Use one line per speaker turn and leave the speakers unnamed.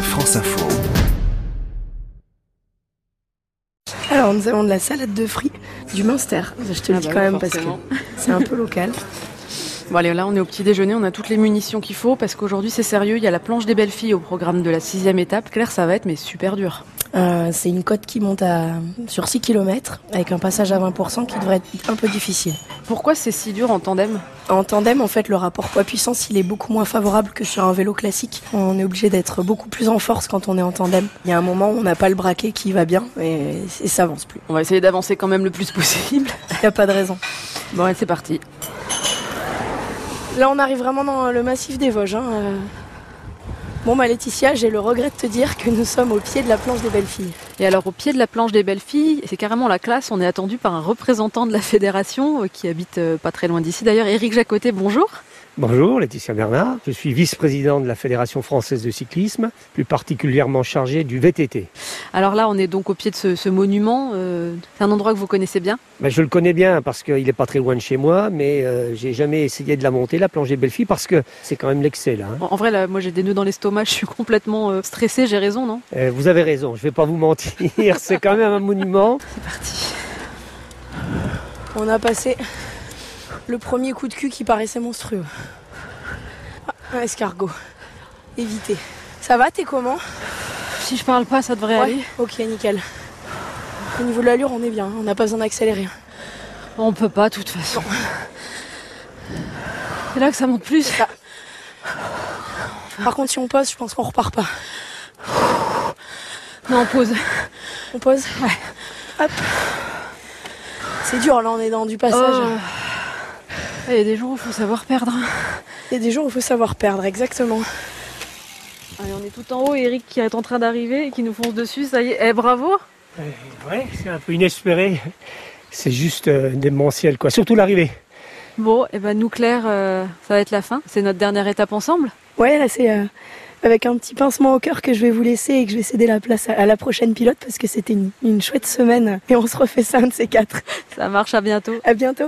France Info.
Alors, nous avons de la salade de fruits du Munster. Je te le
Ah
dis
bah
quand
oui,
même
forcément.
parce que c'est un peu local.
Bon allez, là on est au petit déjeuner, on a toutes les munitions qu'il faut parce qu'aujourd'hui c'est sérieux, il y a la planche des belles filles au programme de la sixième étape. Claire, ça va être mais super dur.
Euh, c'est une côte qui monte à, sur 6 km avec un passage à 20% qui devrait être un peu difficile.
Pourquoi c'est si dur en tandem
En tandem, en fait, le rapport poids-puissance, il est beaucoup moins favorable que sur un vélo classique. On est obligé d'être beaucoup plus en force quand on est en tandem. Il y a un moment où on n'a pas le braquet qui va bien et, et ça avance plus.
On va essayer d'avancer quand même le plus possible.
Il n'y a pas de raison.
Bon allez, c'est parti.
Là, on arrive vraiment dans le massif des Vosges. hein, euh. Bon, bah, Laetitia, j'ai le regret de te dire que nous sommes au pied de la planche des belles filles.
Et alors au pied de la planche des belles filles, c'est carrément la classe, on est attendu par un représentant de la fédération euh, qui habite euh, pas très loin d'ici d'ailleurs, Éric Jacotet, bonjour.
Bonjour, Laetitia Bernard. Je suis vice-président de la Fédération française de cyclisme, plus particulièrement chargé du VTT.
Alors là on est donc au pied de ce, ce monument, euh, c'est un endroit que vous connaissez bien.
Ben, je le connais bien parce qu'il n'est pas très loin de chez moi, mais euh, j'ai jamais essayé de la monter, la plongée Belfi, parce que c'est quand même l'excès là. hein.
En, en vrai là, moi j'ai des nœuds dans l'estomac, je suis complètement euh, stressée, j'ai raison non
Euh, vous avez raison, je vais pas vous mentir, c'est quand même un monument.
C'est parti.
On a passé le premier coup de cul qui paraissait monstrueux. Ah, Un escargot. Évité. Ça va, t'es comment
Si je parle pas, ça devrait
Ouais,
aller.
Ok, nickel. Au niveau de l'allure, on est bien. hein, On n'a pas besoin d'accélérer.
On peut pas, de toute façon. C'est là que ça monte plus.
Par contre, si on pose, je pense qu'on repart pas.
Non, on pause.
On pose Hop. C'est dur, là, on est dans du passage.
Il y a des jours où il faut savoir perdre.
Il y a des jours où il faut savoir perdre, exactement.
Allez, on est tout en haut. Eric qui est en train d'arriver et qui nous fonce dessus. Ça y est. Eh, bravo.
Ouais, c'est un peu inespéré. C'est juste euh, démentiel, quoi. Surtout l'arrivée.
Bon, et ben nous, Claire, euh, ça va être la fin. C'est notre dernière étape ensemble.
Ouais, là, c'est euh, avec un petit pincement au cœur que je vais vous laisser et que je vais céder la place à, à la prochaine pilote parce que c'était une, une chouette semaine. Et on se refait ça, un de ces quatre.
Ça marche. À bientôt.
À bientôt.